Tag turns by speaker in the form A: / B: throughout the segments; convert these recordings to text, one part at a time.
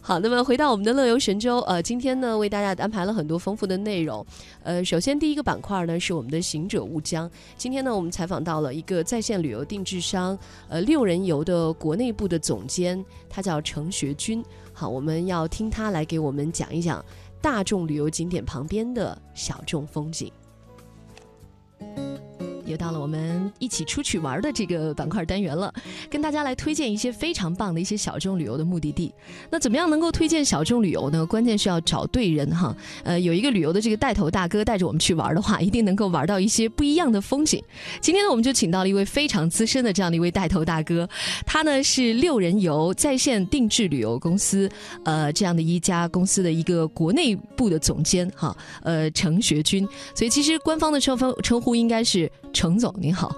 A: 好，那么回到我们的乐游神州，呃，今天呢为大家安排了很多丰富的内容。呃，首先第一个板块呢是我们的行者误江。今天呢我们采访到了一个在线旅游定制商，呃，六人游的国内部的总监，他叫程学军。好，我们要听他来给我们讲一讲大众旅游景点旁边的小众风景。又到了我们一起出去玩的这个板块单元了，跟大家来推荐一些非常棒的一些小众旅游的目的地。那怎么样能够推荐小众旅游呢？关键是要找对人哈。呃，有一个旅游的这个带头大哥带着我们去玩的话，一定能够玩到一些不一样的风景。今天呢，我们就请到了一位非常资深的这样的一位带头大哥，他呢是六人游在线定制旅游公司，呃，这样的一家公司的一个国内部的总监哈，呃，程学军。所以其实官方的称呼称呼应该是程总，您好。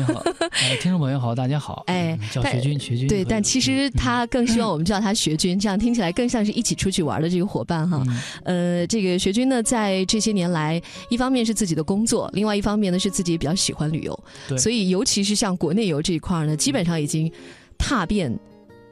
B: 好，呃听众朋友好，大家好，
A: 哎
B: 嗯叫
A: 但
B: 学军，学军可以，嗯
A: 对，但其实他更希望我们叫他学军，这样听起来更像是一起出去玩的这个伙伴哈。
B: 嗯，嗯
A: 呃，这个学军呢，在这些年来，一方面是自己的工作，另外一方面呢是自己也比较喜欢旅游，
B: 对
A: 所以尤其是像国内游这一块儿呢，基本上已经踏遍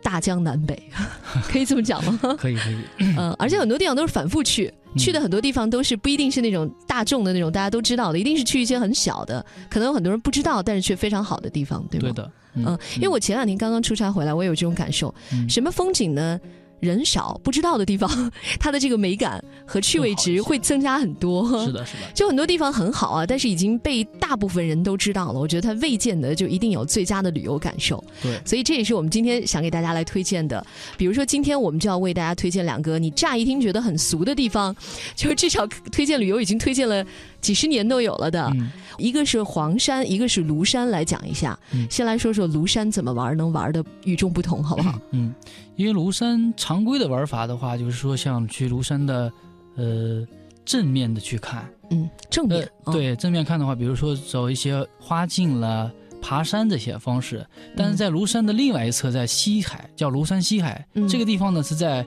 A: 大江南北， 可以这么讲吗？
B: 可以可以，
A: 嗯，而且很多地方都是反复去，
B: 嗯
A: 去的很多地方都是不一定是那种大众的那种大家都知道的，一定是去一些很小的，可能有很多人不知道，但是却非常好的地方，对吗？
B: 对的，
A: 嗯，因为我前两天刚刚出差回来，我也有这种感受。
B: 嗯
A: 什么风景呢？人少不知道的地方， 它的这个美感和趣味值会增加很多。
B: 是的，是的，
A: 就很多地方很好啊，但是已经被大部分人都知道了。我觉得它未见得就一定有最佳的旅游感受，
B: 对，
A: 所以这也是我们今天想给大家来推荐的。比如说，今天我们就要为大家推荐两个你乍一听觉得很俗的地方， 就是至少推荐旅游已经推荐了几十年都有了的。
B: 嗯
A: 一个是黄山，一个是庐山，来讲一下。
B: 嗯
A: 先来说说庐山怎么玩，能玩的与众不同，好不好？
B: 嗯，因为庐山常规的玩法的话，就是说像去庐山的，呃。正面的去看，
A: 嗯，正
B: 呃
A: 面、，嗯，
B: 对，正面看的话，比如说走一些花径啦、爬山这些方式。但是在庐山的另外一侧，在西海，叫庐山西海，
A: 嗯
B: 这个地方呢是在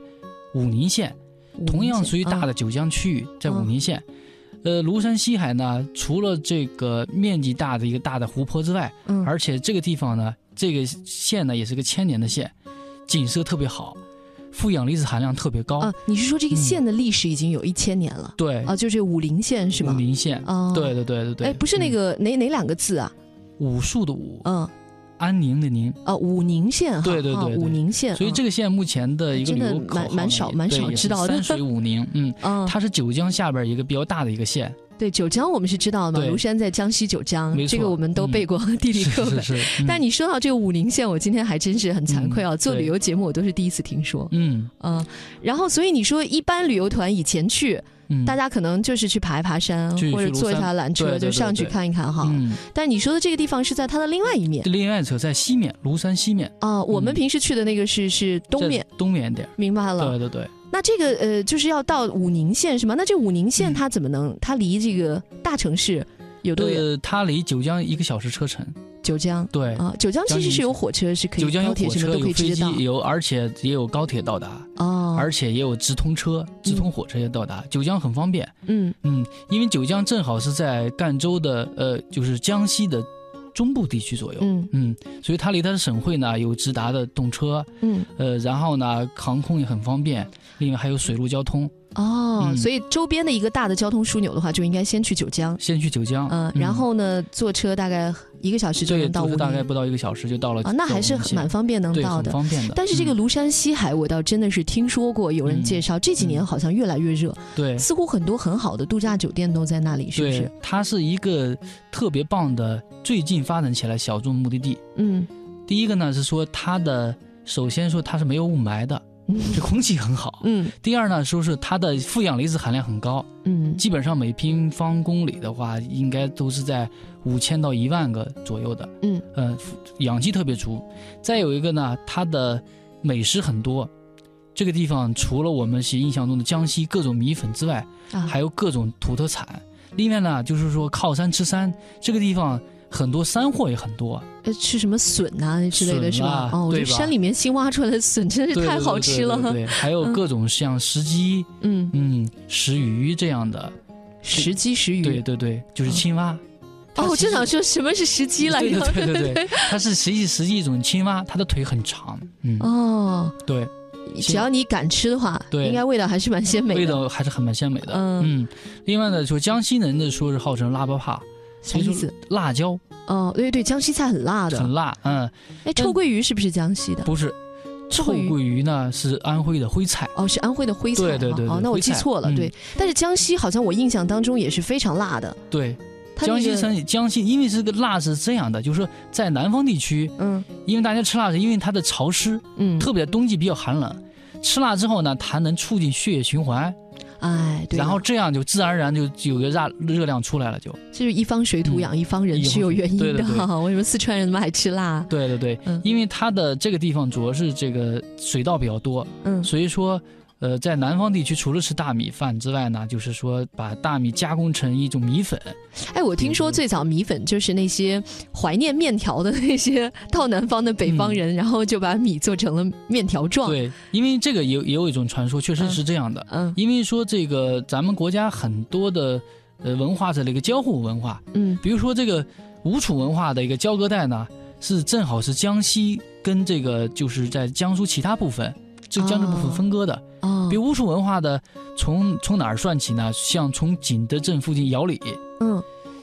B: 武宁县，
A: 嗯
B: 同样属于大
A: 啊
B: 的九江区域，在武宁县。呃，庐山西海呢，除了这个面积大的一个大的湖泊之外，
A: 嗯，
B: 而且这个地方呢，这个县呢也是个千年的县，景色特别好，负氧离子含量特别高。
A: 啊，你是说这个
B: 嗯
A: 县的历史已经有一千年了、
B: 对，
A: 啊？就是武陵县是
B: 武
A: 吗？
B: 宁县。
A: 啊，
B: 对。对对对对。
A: 哎，不是那
B: 嗯
A: 个、哪哪两个字啊？
B: 武术的武，
A: 嗯
B: 安宁的宁。
A: 啊，武宁县哈，
B: 对对对
A: 啊
B: 对
A: 武宁县。
B: 所以这个县目前的一个
A: 哎真
B: 旅
A: 的
B: 游
A: 蛮
B: 口号
A: 蛮
B: 呢
A: 少
B: 也
A: 蛮
B: 对
A: 少
B: 也
A: 知
B: 是
A: 道的
B: 山水武宁，嗯，
A: 啊，
B: 它是九江下边一个比较大的一个县，
A: 对九江我们是知道的嘛，
B: 对
A: 庐山在江西九江，
B: 没错
A: 这个我们都
B: 嗯
A: 背过 地理
B: 是
A: 课本。
B: 是是。嗯
A: 但你说到这个武陵县，我今天还真是很惭愧啊，
B: 嗯
A: 做
B: 对
A: 旅游节目我都是第一次听说。
B: 嗯
A: 嗯，然后所以你说一般旅游团以前去，
B: 嗯，
A: 大家可能就是去爬一爬山，
B: 去
A: 或者
B: 去庐
A: 坐一
B: 山
A: 下缆车
B: 对对
A: 就
B: 对
A: 上去
B: 对
A: 看一看哈。
B: 嗯，
A: 但你说的这个地方是在它的另外一面
B: 另外一侧在西面，庐山西面，
A: 啊、我们
B: 嗯
A: 平时去的那个是是东
B: 在
A: 面，
B: 东面点儿。
A: 明白了。
B: 对对对，
A: 那这个呃，就是要到武宁县是吗？那这武宁县
B: 嗯
A: 它怎么能？它离这个大城市有多远？
B: 呃，它离九江一个小时车程。
A: 九江
B: 对，
A: 啊，九江其
B: 将
A: 实
B: 近
A: 是
B: 是
A: 有火车，是可
B: 九
A: 以
B: 江
A: 高
B: 有
A: 铁
B: 火
A: 什么
B: 车，
A: 都可
B: 有
A: 以直
B: 飞
A: 接到
B: 机，有而且也有高铁到达，
A: 哦。
B: 而且也有直通车、直通火车也到达。九江很方便，
A: 嗯
B: 嗯，因为九江正好是在赣州的，呃，就是江西的中部地区左右。
A: 嗯
B: 嗯，所以它离它的省会呢有直达的动车，
A: 嗯
B: 呃，然后呢航空也很方便，另外还有水陆交通，
A: 哦，
B: 嗯
A: 所以周边的一个大的交通枢纽的话，就应该先去九江。
B: 先去九江，
A: 嗯，然后呢，坐车大概一个小时就
B: 这
A: 能
B: 个
A: 到
B: 坐
A: 武
B: 车
A: 宁
B: 大概不到一个小时就到了
A: 啊，那还是
B: 走我们县
A: 蛮方便能
B: 对，
A: 到
B: 很
A: 的。
B: 方便的。嗯
A: 但是这个庐山西海，我倒真的是听说过有人介绍，这几年好像越来越热，
B: 嗯对
A: 似乎很多很好的度假酒店都在那里，是不是
B: 对？，它是一个特别棒的最近发展起来小众目的地。
A: 嗯，
B: 第一个呢是说它的，首先说它是没有雾霾的， 这空气很好。
A: 嗯
B: 第二呢，说是它的负氧离子含量很高，
A: 嗯，
B: 基本上每平方公里的话，应该都是在五千到一万个左右的。
A: 嗯，
B: 呃，氧气特别足。再有一个呢，它的美食很多。这个地方除了我们是印象中的江西各种米粉之外，
A: 啊，
B: 还有各种土特产。另外呢，就是说靠山吃山，这个地方很多山货也很多。
A: 呃吃什么笋啊之类的，是
B: 笋
A: 吧
B: 啊？
A: 哦，我觉得
B: 对吧
A: 山里面新挖出来的笋真是
B: 对
A: 太好吃了
B: 对对。对对对还有各种像石鸡、
A: 嗯，
B: 嗯、石鱼这样的。
A: 石鸡石
B: 对
A: 鱼。
B: 对对，就是青蛙。
A: 嗯
B: 它
A: 哦，我
B: 其实
A: 正想说什么是石鸡来着？
B: 对对对对对它是实际实际一种青蛙，它的腿很长。嗯，
A: 哦，
B: 对，
A: 只要你敢吃的话，
B: 对
A: 应该味道还是蛮鲜美
B: 味
A: 的。
B: 道还是很蛮鲜美的。
A: 嗯
B: 嗯，另外呢，就江西人呢说是号称辣不怕，
A: 啥意思？
B: 辣椒
A: 哦，对对，江西菜很辣的。
B: 很辣。嗯，
A: 哎，臭鳜鱼是不是江西的？
B: 不是，
A: 臭
B: 臭
A: 鳜鱼
B: 鳜鱼呢是安徽的徽菜。
A: 哦，是安徽的徽菜
B: 对对
A: 哈
B: 对对
A: 哦，那我
B: 徽
A: 记
B: 菜
A: 错了，
B: 嗯
A: 对。但是江西好像我印象当中也是非常辣的，
B: 对，
A: 它
B: 江
A: 那
B: 西
A: 个
B: 省江西，因为这个辣是这样的，就是说在南方地区，
A: 嗯
B: 因为大家吃辣是因为它的潮湿，
A: 嗯，
B: 特别在冬季比较寒冷。吃辣之后呢，它能促进血液循环，
A: 哎，对了，
B: 然后这样就自然而然就就有个热热量出来了，就
A: 这就是一方水土
B: 嗯
A: 养一方人
B: 一
A: 是
B: 方
A: 有
B: 水
A: 原因
B: 对
A: 的
B: 对对
A: 哈。为什么四川人那么爱吃辣？
B: 对对对，
A: 嗯
B: 因为它的这个地方主要是这个水稻比较多，
A: 嗯
B: 所以说，呃，在南方地区除了吃大米饭之外呢，就是说把大米加工成一种米粉，
A: 哎，我听
B: 嗯
A: 说最早米粉就是那些怀念面条的那些 到南方的北方人，然后就把米做成了面条状。，
B: 嗯对，因为这个也有也有一种传说，确实是这样的，
A: 嗯
B: 因为说这个咱们国家很多的呃文化的这个交互文化，
A: 嗯，
B: 比如说这个吴楚文化的一个交割带呢，是正好是江西跟这个就是在江苏其他部分。这江浙部分
A: 哦
B: 分割的，
A: 哦
B: 比，如巫术文化的，从从哪儿算起呢？像从景德镇附近姚里，
A: 嗯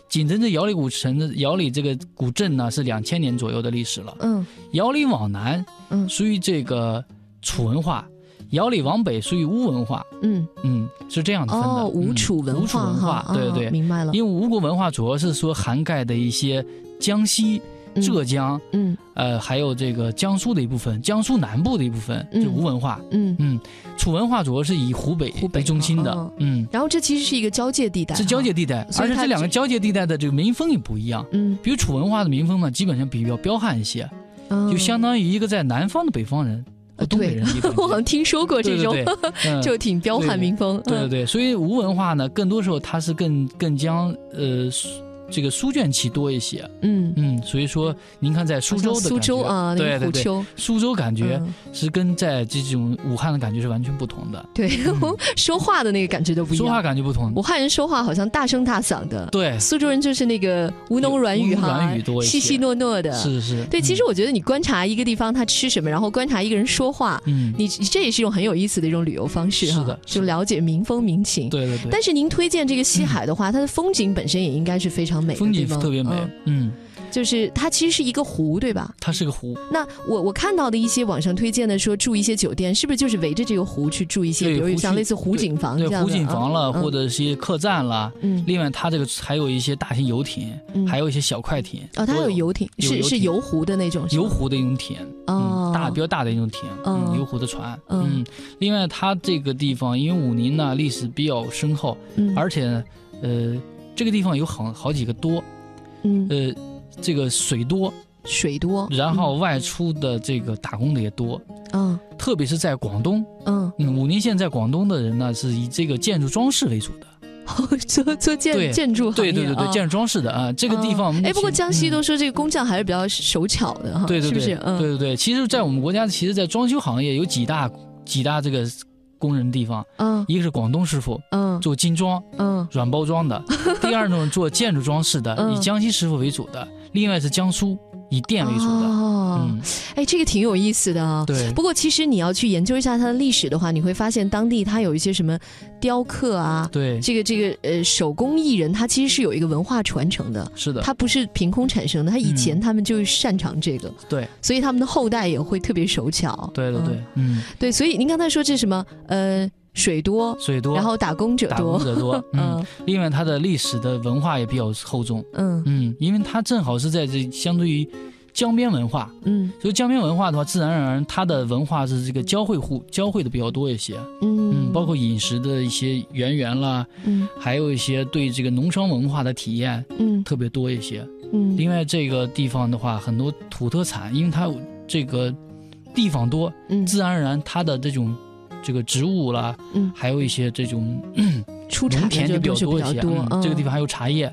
B: 景德镇姚里古城的姚里这个古镇呢，是两千年左右的历史了。
A: 嗯
B: 姚里往南
A: 嗯
B: 属于这个楚文化，姚里往北属于巫文化，
A: 嗯，
B: 嗯，是这样的分的。
A: 哦，吴
B: 嗯
A: 楚
B: 吴
A: 文
B: 楚
A: 化
B: 文
A: 哈
B: 化，，对
A: 啊
B: 对对，
A: 明白了。
B: 因为吴国文化主要是说涵盖的一些江西、
A: 嗯
B: 浙江，
A: 嗯
B: 呃，还有这个江苏的一部分，江苏南部的一部分，就
A: 嗯
B: 吴文化。
A: 嗯，
B: 嗯，楚文化主要是以湖北
A: 湖北
B: 为中心的，
A: 哦哦
B: 嗯，
A: 然后这其实是一个交界地带哈，
B: 是交界地带，
A: 所
B: 而
A: 以
B: 且
A: 它
B: 这两
A: 就
B: 个交界地带的这个民风也不一样。
A: 嗯，
B: 比如楚文化的民风嘛，基本上比较彪悍一些，
A: 嗯，
B: 就相当于一个在南方的北方人和
A: 呃
B: 东北
A: 对
B: 人，的一个感觉
A: 我好像听说过这种，
B: 对对对 嗯
A: 就挺彪悍民风。
B: 对对
A: 嗯
B: 对，所以吴文化呢，更多时候它是更更将呃书这个书卷气多一些，
A: 嗯，
B: 嗯，所以说您看在苏州
A: 好
B: 的
A: 像苏州
B: 感觉
A: 啊，那
B: 对
A: 个
B: 对
A: 虎
B: 对，
A: 丘，
B: 苏州感觉
A: 嗯
B: 是跟在这种武汉的感觉是完全不同 的，
A: 对
B: 嗯，
A: 说话的那个感觉都不一
B: 说
A: 样
B: 话。感觉不同
A: 武，汉人说话好像大声大嗓的，
B: 对，
A: 苏州人就是那个吴侬软语
B: 吴侬
A: 哈
B: 软语多，一些
A: 细细糯糯的。
B: 是是，
A: 对，其
B: 嗯
A: 实我觉得你观察一个地方他吃什么，然后观察一个人说话，
B: 嗯，
A: 你你这也是一种很有意思的一种旅游方式哈
B: 是的，是的
A: 就了解民风民情。
B: 对对对，
A: 但是您推荐这个西海的话，它的风景本身也应该是非常美的，
B: 风景
A: 对吗
B: 特别美
A: 嗯，
B: 嗯，
A: 就是它其实是一个湖，对吧？
B: 它是个湖，
A: 那我我看到的一些网上推荐的说住一些酒店，是不是就是围着这个湖去住一些，
B: 对
A: 比如
B: 湖
A: 像
B: 区
A: 类似湖景房这
B: 对，
A: 样的
B: 湖景房
A: 嗯
B: 了，或者是一些客栈啦。
A: 嗯
B: 另外，它这个还有一些大型游艇，
A: 嗯
B: 还有一些小快艇。
A: 哦，它
B: 都
A: 有游艇，
B: 有
A: 是
B: 游
A: 是
B: 艇
A: 游湖的那种，是吗
B: 游湖的一种艇，
A: 哦
B: 嗯，大比较大的一种艇，
A: 嗯
B: 嗯，游湖的船，
A: 嗯
B: 嗯。另外，它这个地方因为武宁呢历史比较深厚，
A: 嗯
B: 而且呢，呃，这个地方有好好几个多，
A: 嗯
B: 呃，这个水多，
A: 水多，
B: 然后外出的这个打工的也多，
A: 嗯
B: 特别是在广东，
A: 嗯，
B: 嗯，武宁县在广东的人呢是以这个建筑装饰为主的，
A: 嗯 做做建
B: 对
A: 建筑行
B: 对
A: 业，
B: 对对对，
A: 啊
B: 建筑装饰的啊，这个地方
A: 嗯
B: 目前，
A: 哎，不过江西
B: 嗯
A: 都说这个工匠还是比较手巧的哈，
B: 对对
A: 是不
B: 对，
A: 是？
B: 对
A: 嗯
B: 对对，其实，在我们国家，其实，在装修行业有几大几大这个工人地方，
A: 嗯
B: 一个是广东师傅
A: 嗯
B: 做精装、
A: 嗯
B: 软包 装的，第二种做建筑装饰的，
A: 嗯
B: 以江西师傅为主的，另外是江苏以电为主的，
A: 哦，
B: 嗯，
A: 哎，这个挺有意思的啊。
B: 对
A: 不过其实你要去研究一下它的历史的话，你会发现当地它有一些什么雕刻啊，
B: 对，
A: 这个这个呃手工艺人，他其实是有一个文化传承的。
B: 是的，
A: 他不是凭空产生的，他以前
B: 嗯
A: 他们就擅长这个，
B: 对
A: 所以他们的后代也会特别手巧。
B: 对对
A: 嗯
B: 对，嗯，
A: 对，所以您刚才说这什么呃水多，
B: 水多，
A: 然后打工者
B: 打
A: 多，
B: 工，者多 嗯，
A: 嗯
B: 另外它的历史的文化也比较厚重，
A: 嗯
B: 嗯，因为它正好是在这相对于江边文化，
A: 嗯
B: 所以江边文化的话，自然而然它的文化是这个交汇互交汇的比较多一些，嗯，
A: 嗯，
B: 包括饮食的一些渊源啦，
A: 嗯
B: 还有一些对这个农商文化的体验
A: 嗯
B: 特别多一些。
A: 嗯
B: 另外这个地方的话，很多土特产，因为它这个地方多，
A: 嗯，
B: 自然而然它的这种这个植物啦，
A: 嗯
B: 还有一些这种
A: 出产
B: 农
A: 的
B: 田
A: 这种
B: 就比
A: 东
B: 较
A: 西比
B: 多一
A: 较
B: 些。
A: 多。
B: 嗯，这个地
A: 方
B: 方还有茶叶，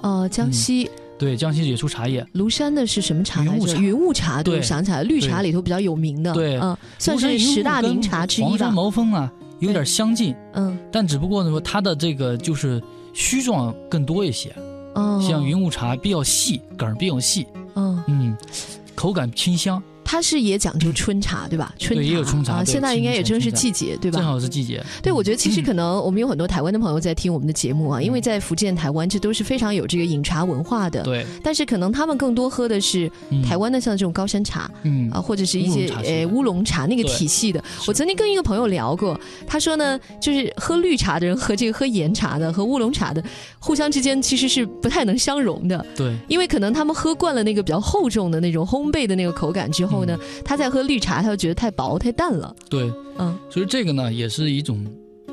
A: 呃，江
B: 嗯
A: 西
B: 对，江西也出茶叶。
A: 庐山的是什么茶
B: 云
A: 来
B: 雾
A: 着？
B: 茶
A: 云雾茶，对，
B: 对
A: 我想起来了，绿
B: 对
A: 茶里头比较有名的，
B: 对
A: 嗯，算是十大名茶之一
B: 黄山
A: 吧。
B: 毛峰啊，有点相近，
A: 嗯，
B: 但只不过呢说它的这个就是须状更多一些，
A: 哦，
B: 像云雾茶比较细，梗儿比较细，
A: 嗯，
B: 嗯，口感清香。
A: 它是也讲究春茶，对吧？春茶
B: 对也有春茶
A: 啊，
B: 对
A: 现在应该也正是
B: 春茶
A: 季节，对吧？
B: 正好是季节。嗯
A: 对，我觉得其实可能我们有很多台湾的朋友在听我们的节目啊，因为在福建、台湾这都是非常有这个饮茶文化的。
B: 对、
A: 但是可能他们更多喝的是
B: 嗯
A: 台湾的像这种高山茶、
B: 嗯
A: 啊，或者是一些
B: 乌龙茶
A: 呃
B: 是吧
A: 乌龙茶那个
B: 对
A: 体系的。
B: 是
A: 我曾经跟一个朋友聊过，他说呢，就是喝绿茶的人和这个喝岩茶的和乌龙茶的，互相之间其实是不太能相容的，
B: 对
A: 因为可能他们喝惯了那个比较厚重的那种烘焙的那个口感之后呢，
B: 嗯
A: 他再喝绿茶，他就觉得太薄太淡了。
B: 对，
A: 嗯，
B: 所以这个呢也是一种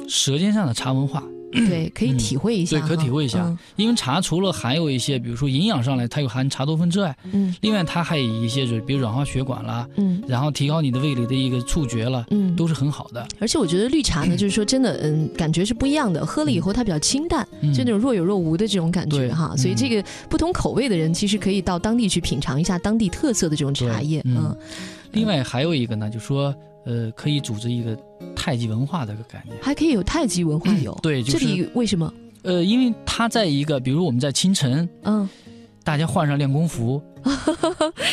B: 舌尖上的茶文化，
A: 对，可以
B: 嗯
A: 体会一下
B: 对
A: 哈，
B: 可体会一下
A: 嗯
B: 因为茶除了含有一些，比如说营养上来，它有含茶多酚之外，
A: 嗯
B: 另外它还有一些就是比如软化血管啦，
A: 嗯
B: 然后提高你的味蕾的一个触觉了，
A: 嗯，
B: 都是很好的。
A: 而且我觉得绿茶呢，就是说真的，嗯，感觉是不一样的。喝了以后它比较清淡，
B: 嗯
A: 就那种若有若无的这种感觉
B: 对
A: 哈。所以
B: 嗯
A: 这个不同口味的人，其实可以到当地去品尝一下当地特色的这种茶叶。
B: 对嗯
A: 嗯
B: 另外还有一个呢，就说呃，可以组织一个太极文化的一个概念。
A: 还可以有太极文化有，
B: 嗯对，就
A: 这
B: 是
A: 里为什么？
B: 呃，因为它在一个，比如我们在清晨，
A: 嗯
B: 大家换上练 功服，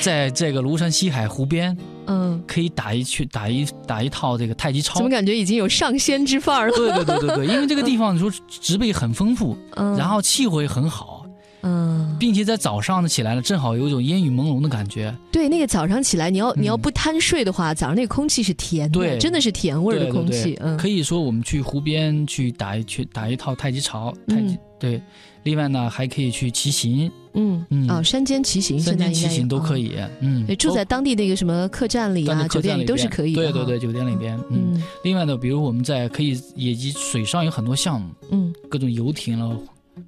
B: 在这个庐山西海湖边，
A: 嗯，
B: 可以打一去打一打一套这个太极
A: 怎
B: 操
A: 么。感觉已经有上仙之范儿了？
B: 对对对对对，因为这个地方你说植被很丰富，
A: 嗯，
B: 然后气候也很好，
A: 嗯，
B: 并且在早上呢起来了，正好有一种烟雨朦胧的感觉。
A: 对，那个早上起来，你要你要
B: 嗯
A: 不贪睡的话，早上那个空气是甜的，
B: 对
A: 真的是甜味儿
B: 对
A: 的
B: 对
A: 空
B: 对
A: 气。嗯
B: 可以说我们去湖边去打一去打一套太极操，太极、
A: 嗯
B: 对。另外呢，还可以去骑行，
A: 嗯
B: 嗯
A: 啊，山间骑行，现
B: 山
A: 在
B: 间
A: 应
B: 骑
A: 该
B: 行
A: 有
B: 都可。
A: 嗯
B: 以。嗯，
A: 对，住在当地那个什么客栈里
B: 当
A: 啊、
B: 地
A: 酒
B: 客
A: 店
B: 栈
A: 里
B: 里
A: 都是
B: 边
A: 可以的
B: 对
A: 哈。
B: 对对，酒店里边。嗯，
A: 嗯
B: 另外呢，比如我们在可以以及水上有很多项目，
A: 嗯
B: 各种游艇了，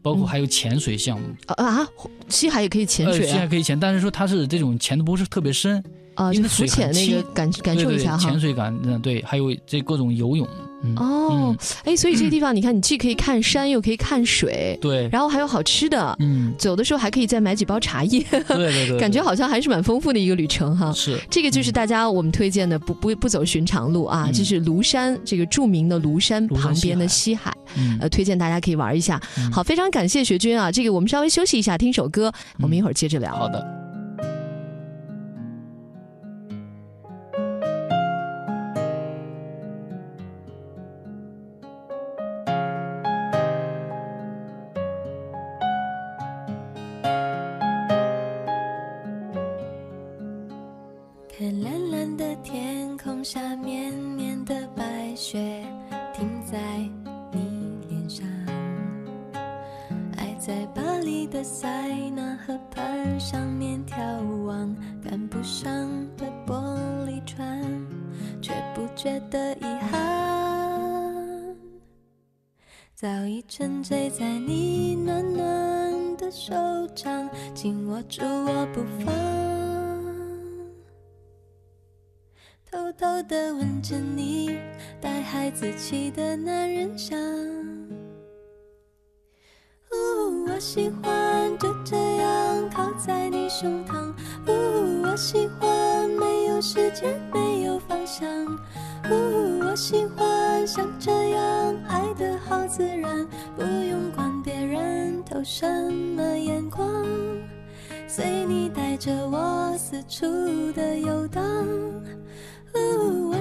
B: 包
A: 嗯
B: 括还有潜水项目。
A: 啊啊，西海也可以潜水
B: 呃，现在
A: 啊，
B: 可以潜，但是说它是这种潜的不是特别深，
A: 啊，
B: 因
A: 就
B: 为
A: 浮
B: 水很
A: 潜那个感感
B: 对
A: 受
B: 对
A: 一
B: 对
A: 下哈
B: 潜。水感，嗯，对，还有这各种游泳，嗯，
A: 哦
B: 嗯，
A: 哎，所以这个地方你看，你既可以看山，又可以看水，
B: 对，
A: 然后还有好吃的，
B: 嗯，
A: 走的时候还可以再买几包茶叶，
B: 对对对，
A: 感觉
B: 对嗯
A: 好像还是蛮丰富的一个旅程哈。
B: 是，
A: 这个就是大家我们推荐的不不不走寻常路啊，
B: 嗯
A: 就是庐山这个著名的庐山
B: 庐山
A: 旁边的西
B: 西
A: 海，
B: 嗯
A: 呃，，推荐大家可以玩一下。
B: 嗯
A: 好，，非常感谢学军啊，这个我们稍微休息一下，听首歌，我们一
B: 嗯
A: 会儿接着聊。
B: 好的。
C: 看蓝蓝的天空下绵绵的白雪停在你脸上，爱在巴黎的塞纳河畔上面眺望，赶不上的玻璃船，却不觉得遗憾，早已沉醉在你暖暖的手掌，紧握住我不放。偷偷地吻着你，带孩子气的男人香。呜，我喜欢就这样靠在你胸膛。呜，我喜欢没有时间，没有方向。呜，我喜欢像这样爱的好自然，不用管别人投什么眼光，随你带着我四处的游荡。呜，我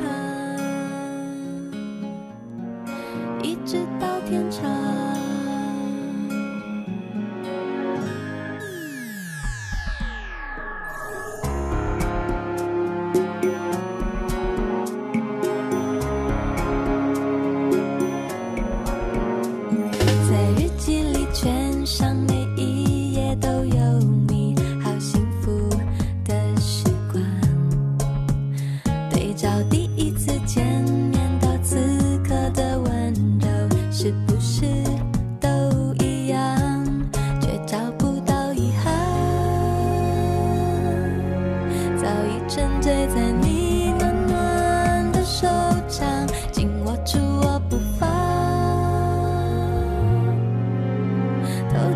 C: 旁。一直到天长。在日记里圈上每一页都有你，好幸福的时光。对照第一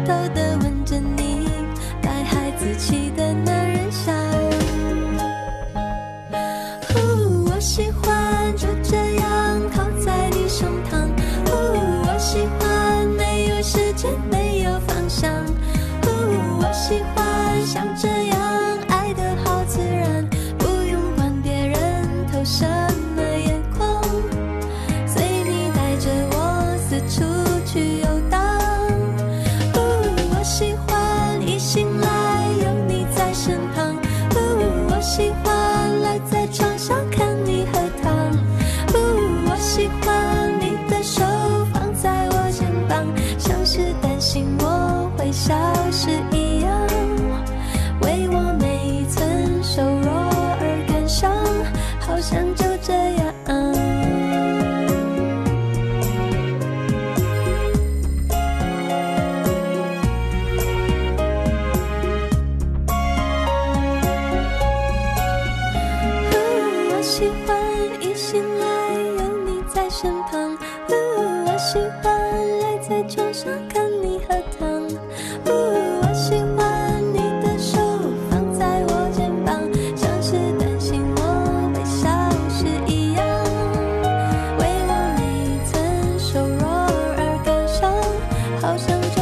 C: 偷地吻着你，带孩子气的男人笑。呼，我喜欢就这样靠在你胸膛。呼，我喜欢没有时间，没有方向。呼，我喜欢像这样爱的好自然，不用管别人投什么眼光，随你带着我四处去游荡。呼，我喜欢一醒来有你在身旁。呼，我喜欢赖在床上看你喝汤。呼，我喜欢你的手放在我肩膀，像是担心我会消失一样，为我每一寸瘦弱而感伤，好想就这样。呜，我喜欢一醒来有你在身旁。呜，我喜欢赖在床上看你喝汤。呜，我喜欢你的手放在我肩膀，像是担心我被消失一样，为我每一寸瘦弱而感伤，好想就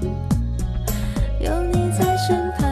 C: 这样。有你在身旁，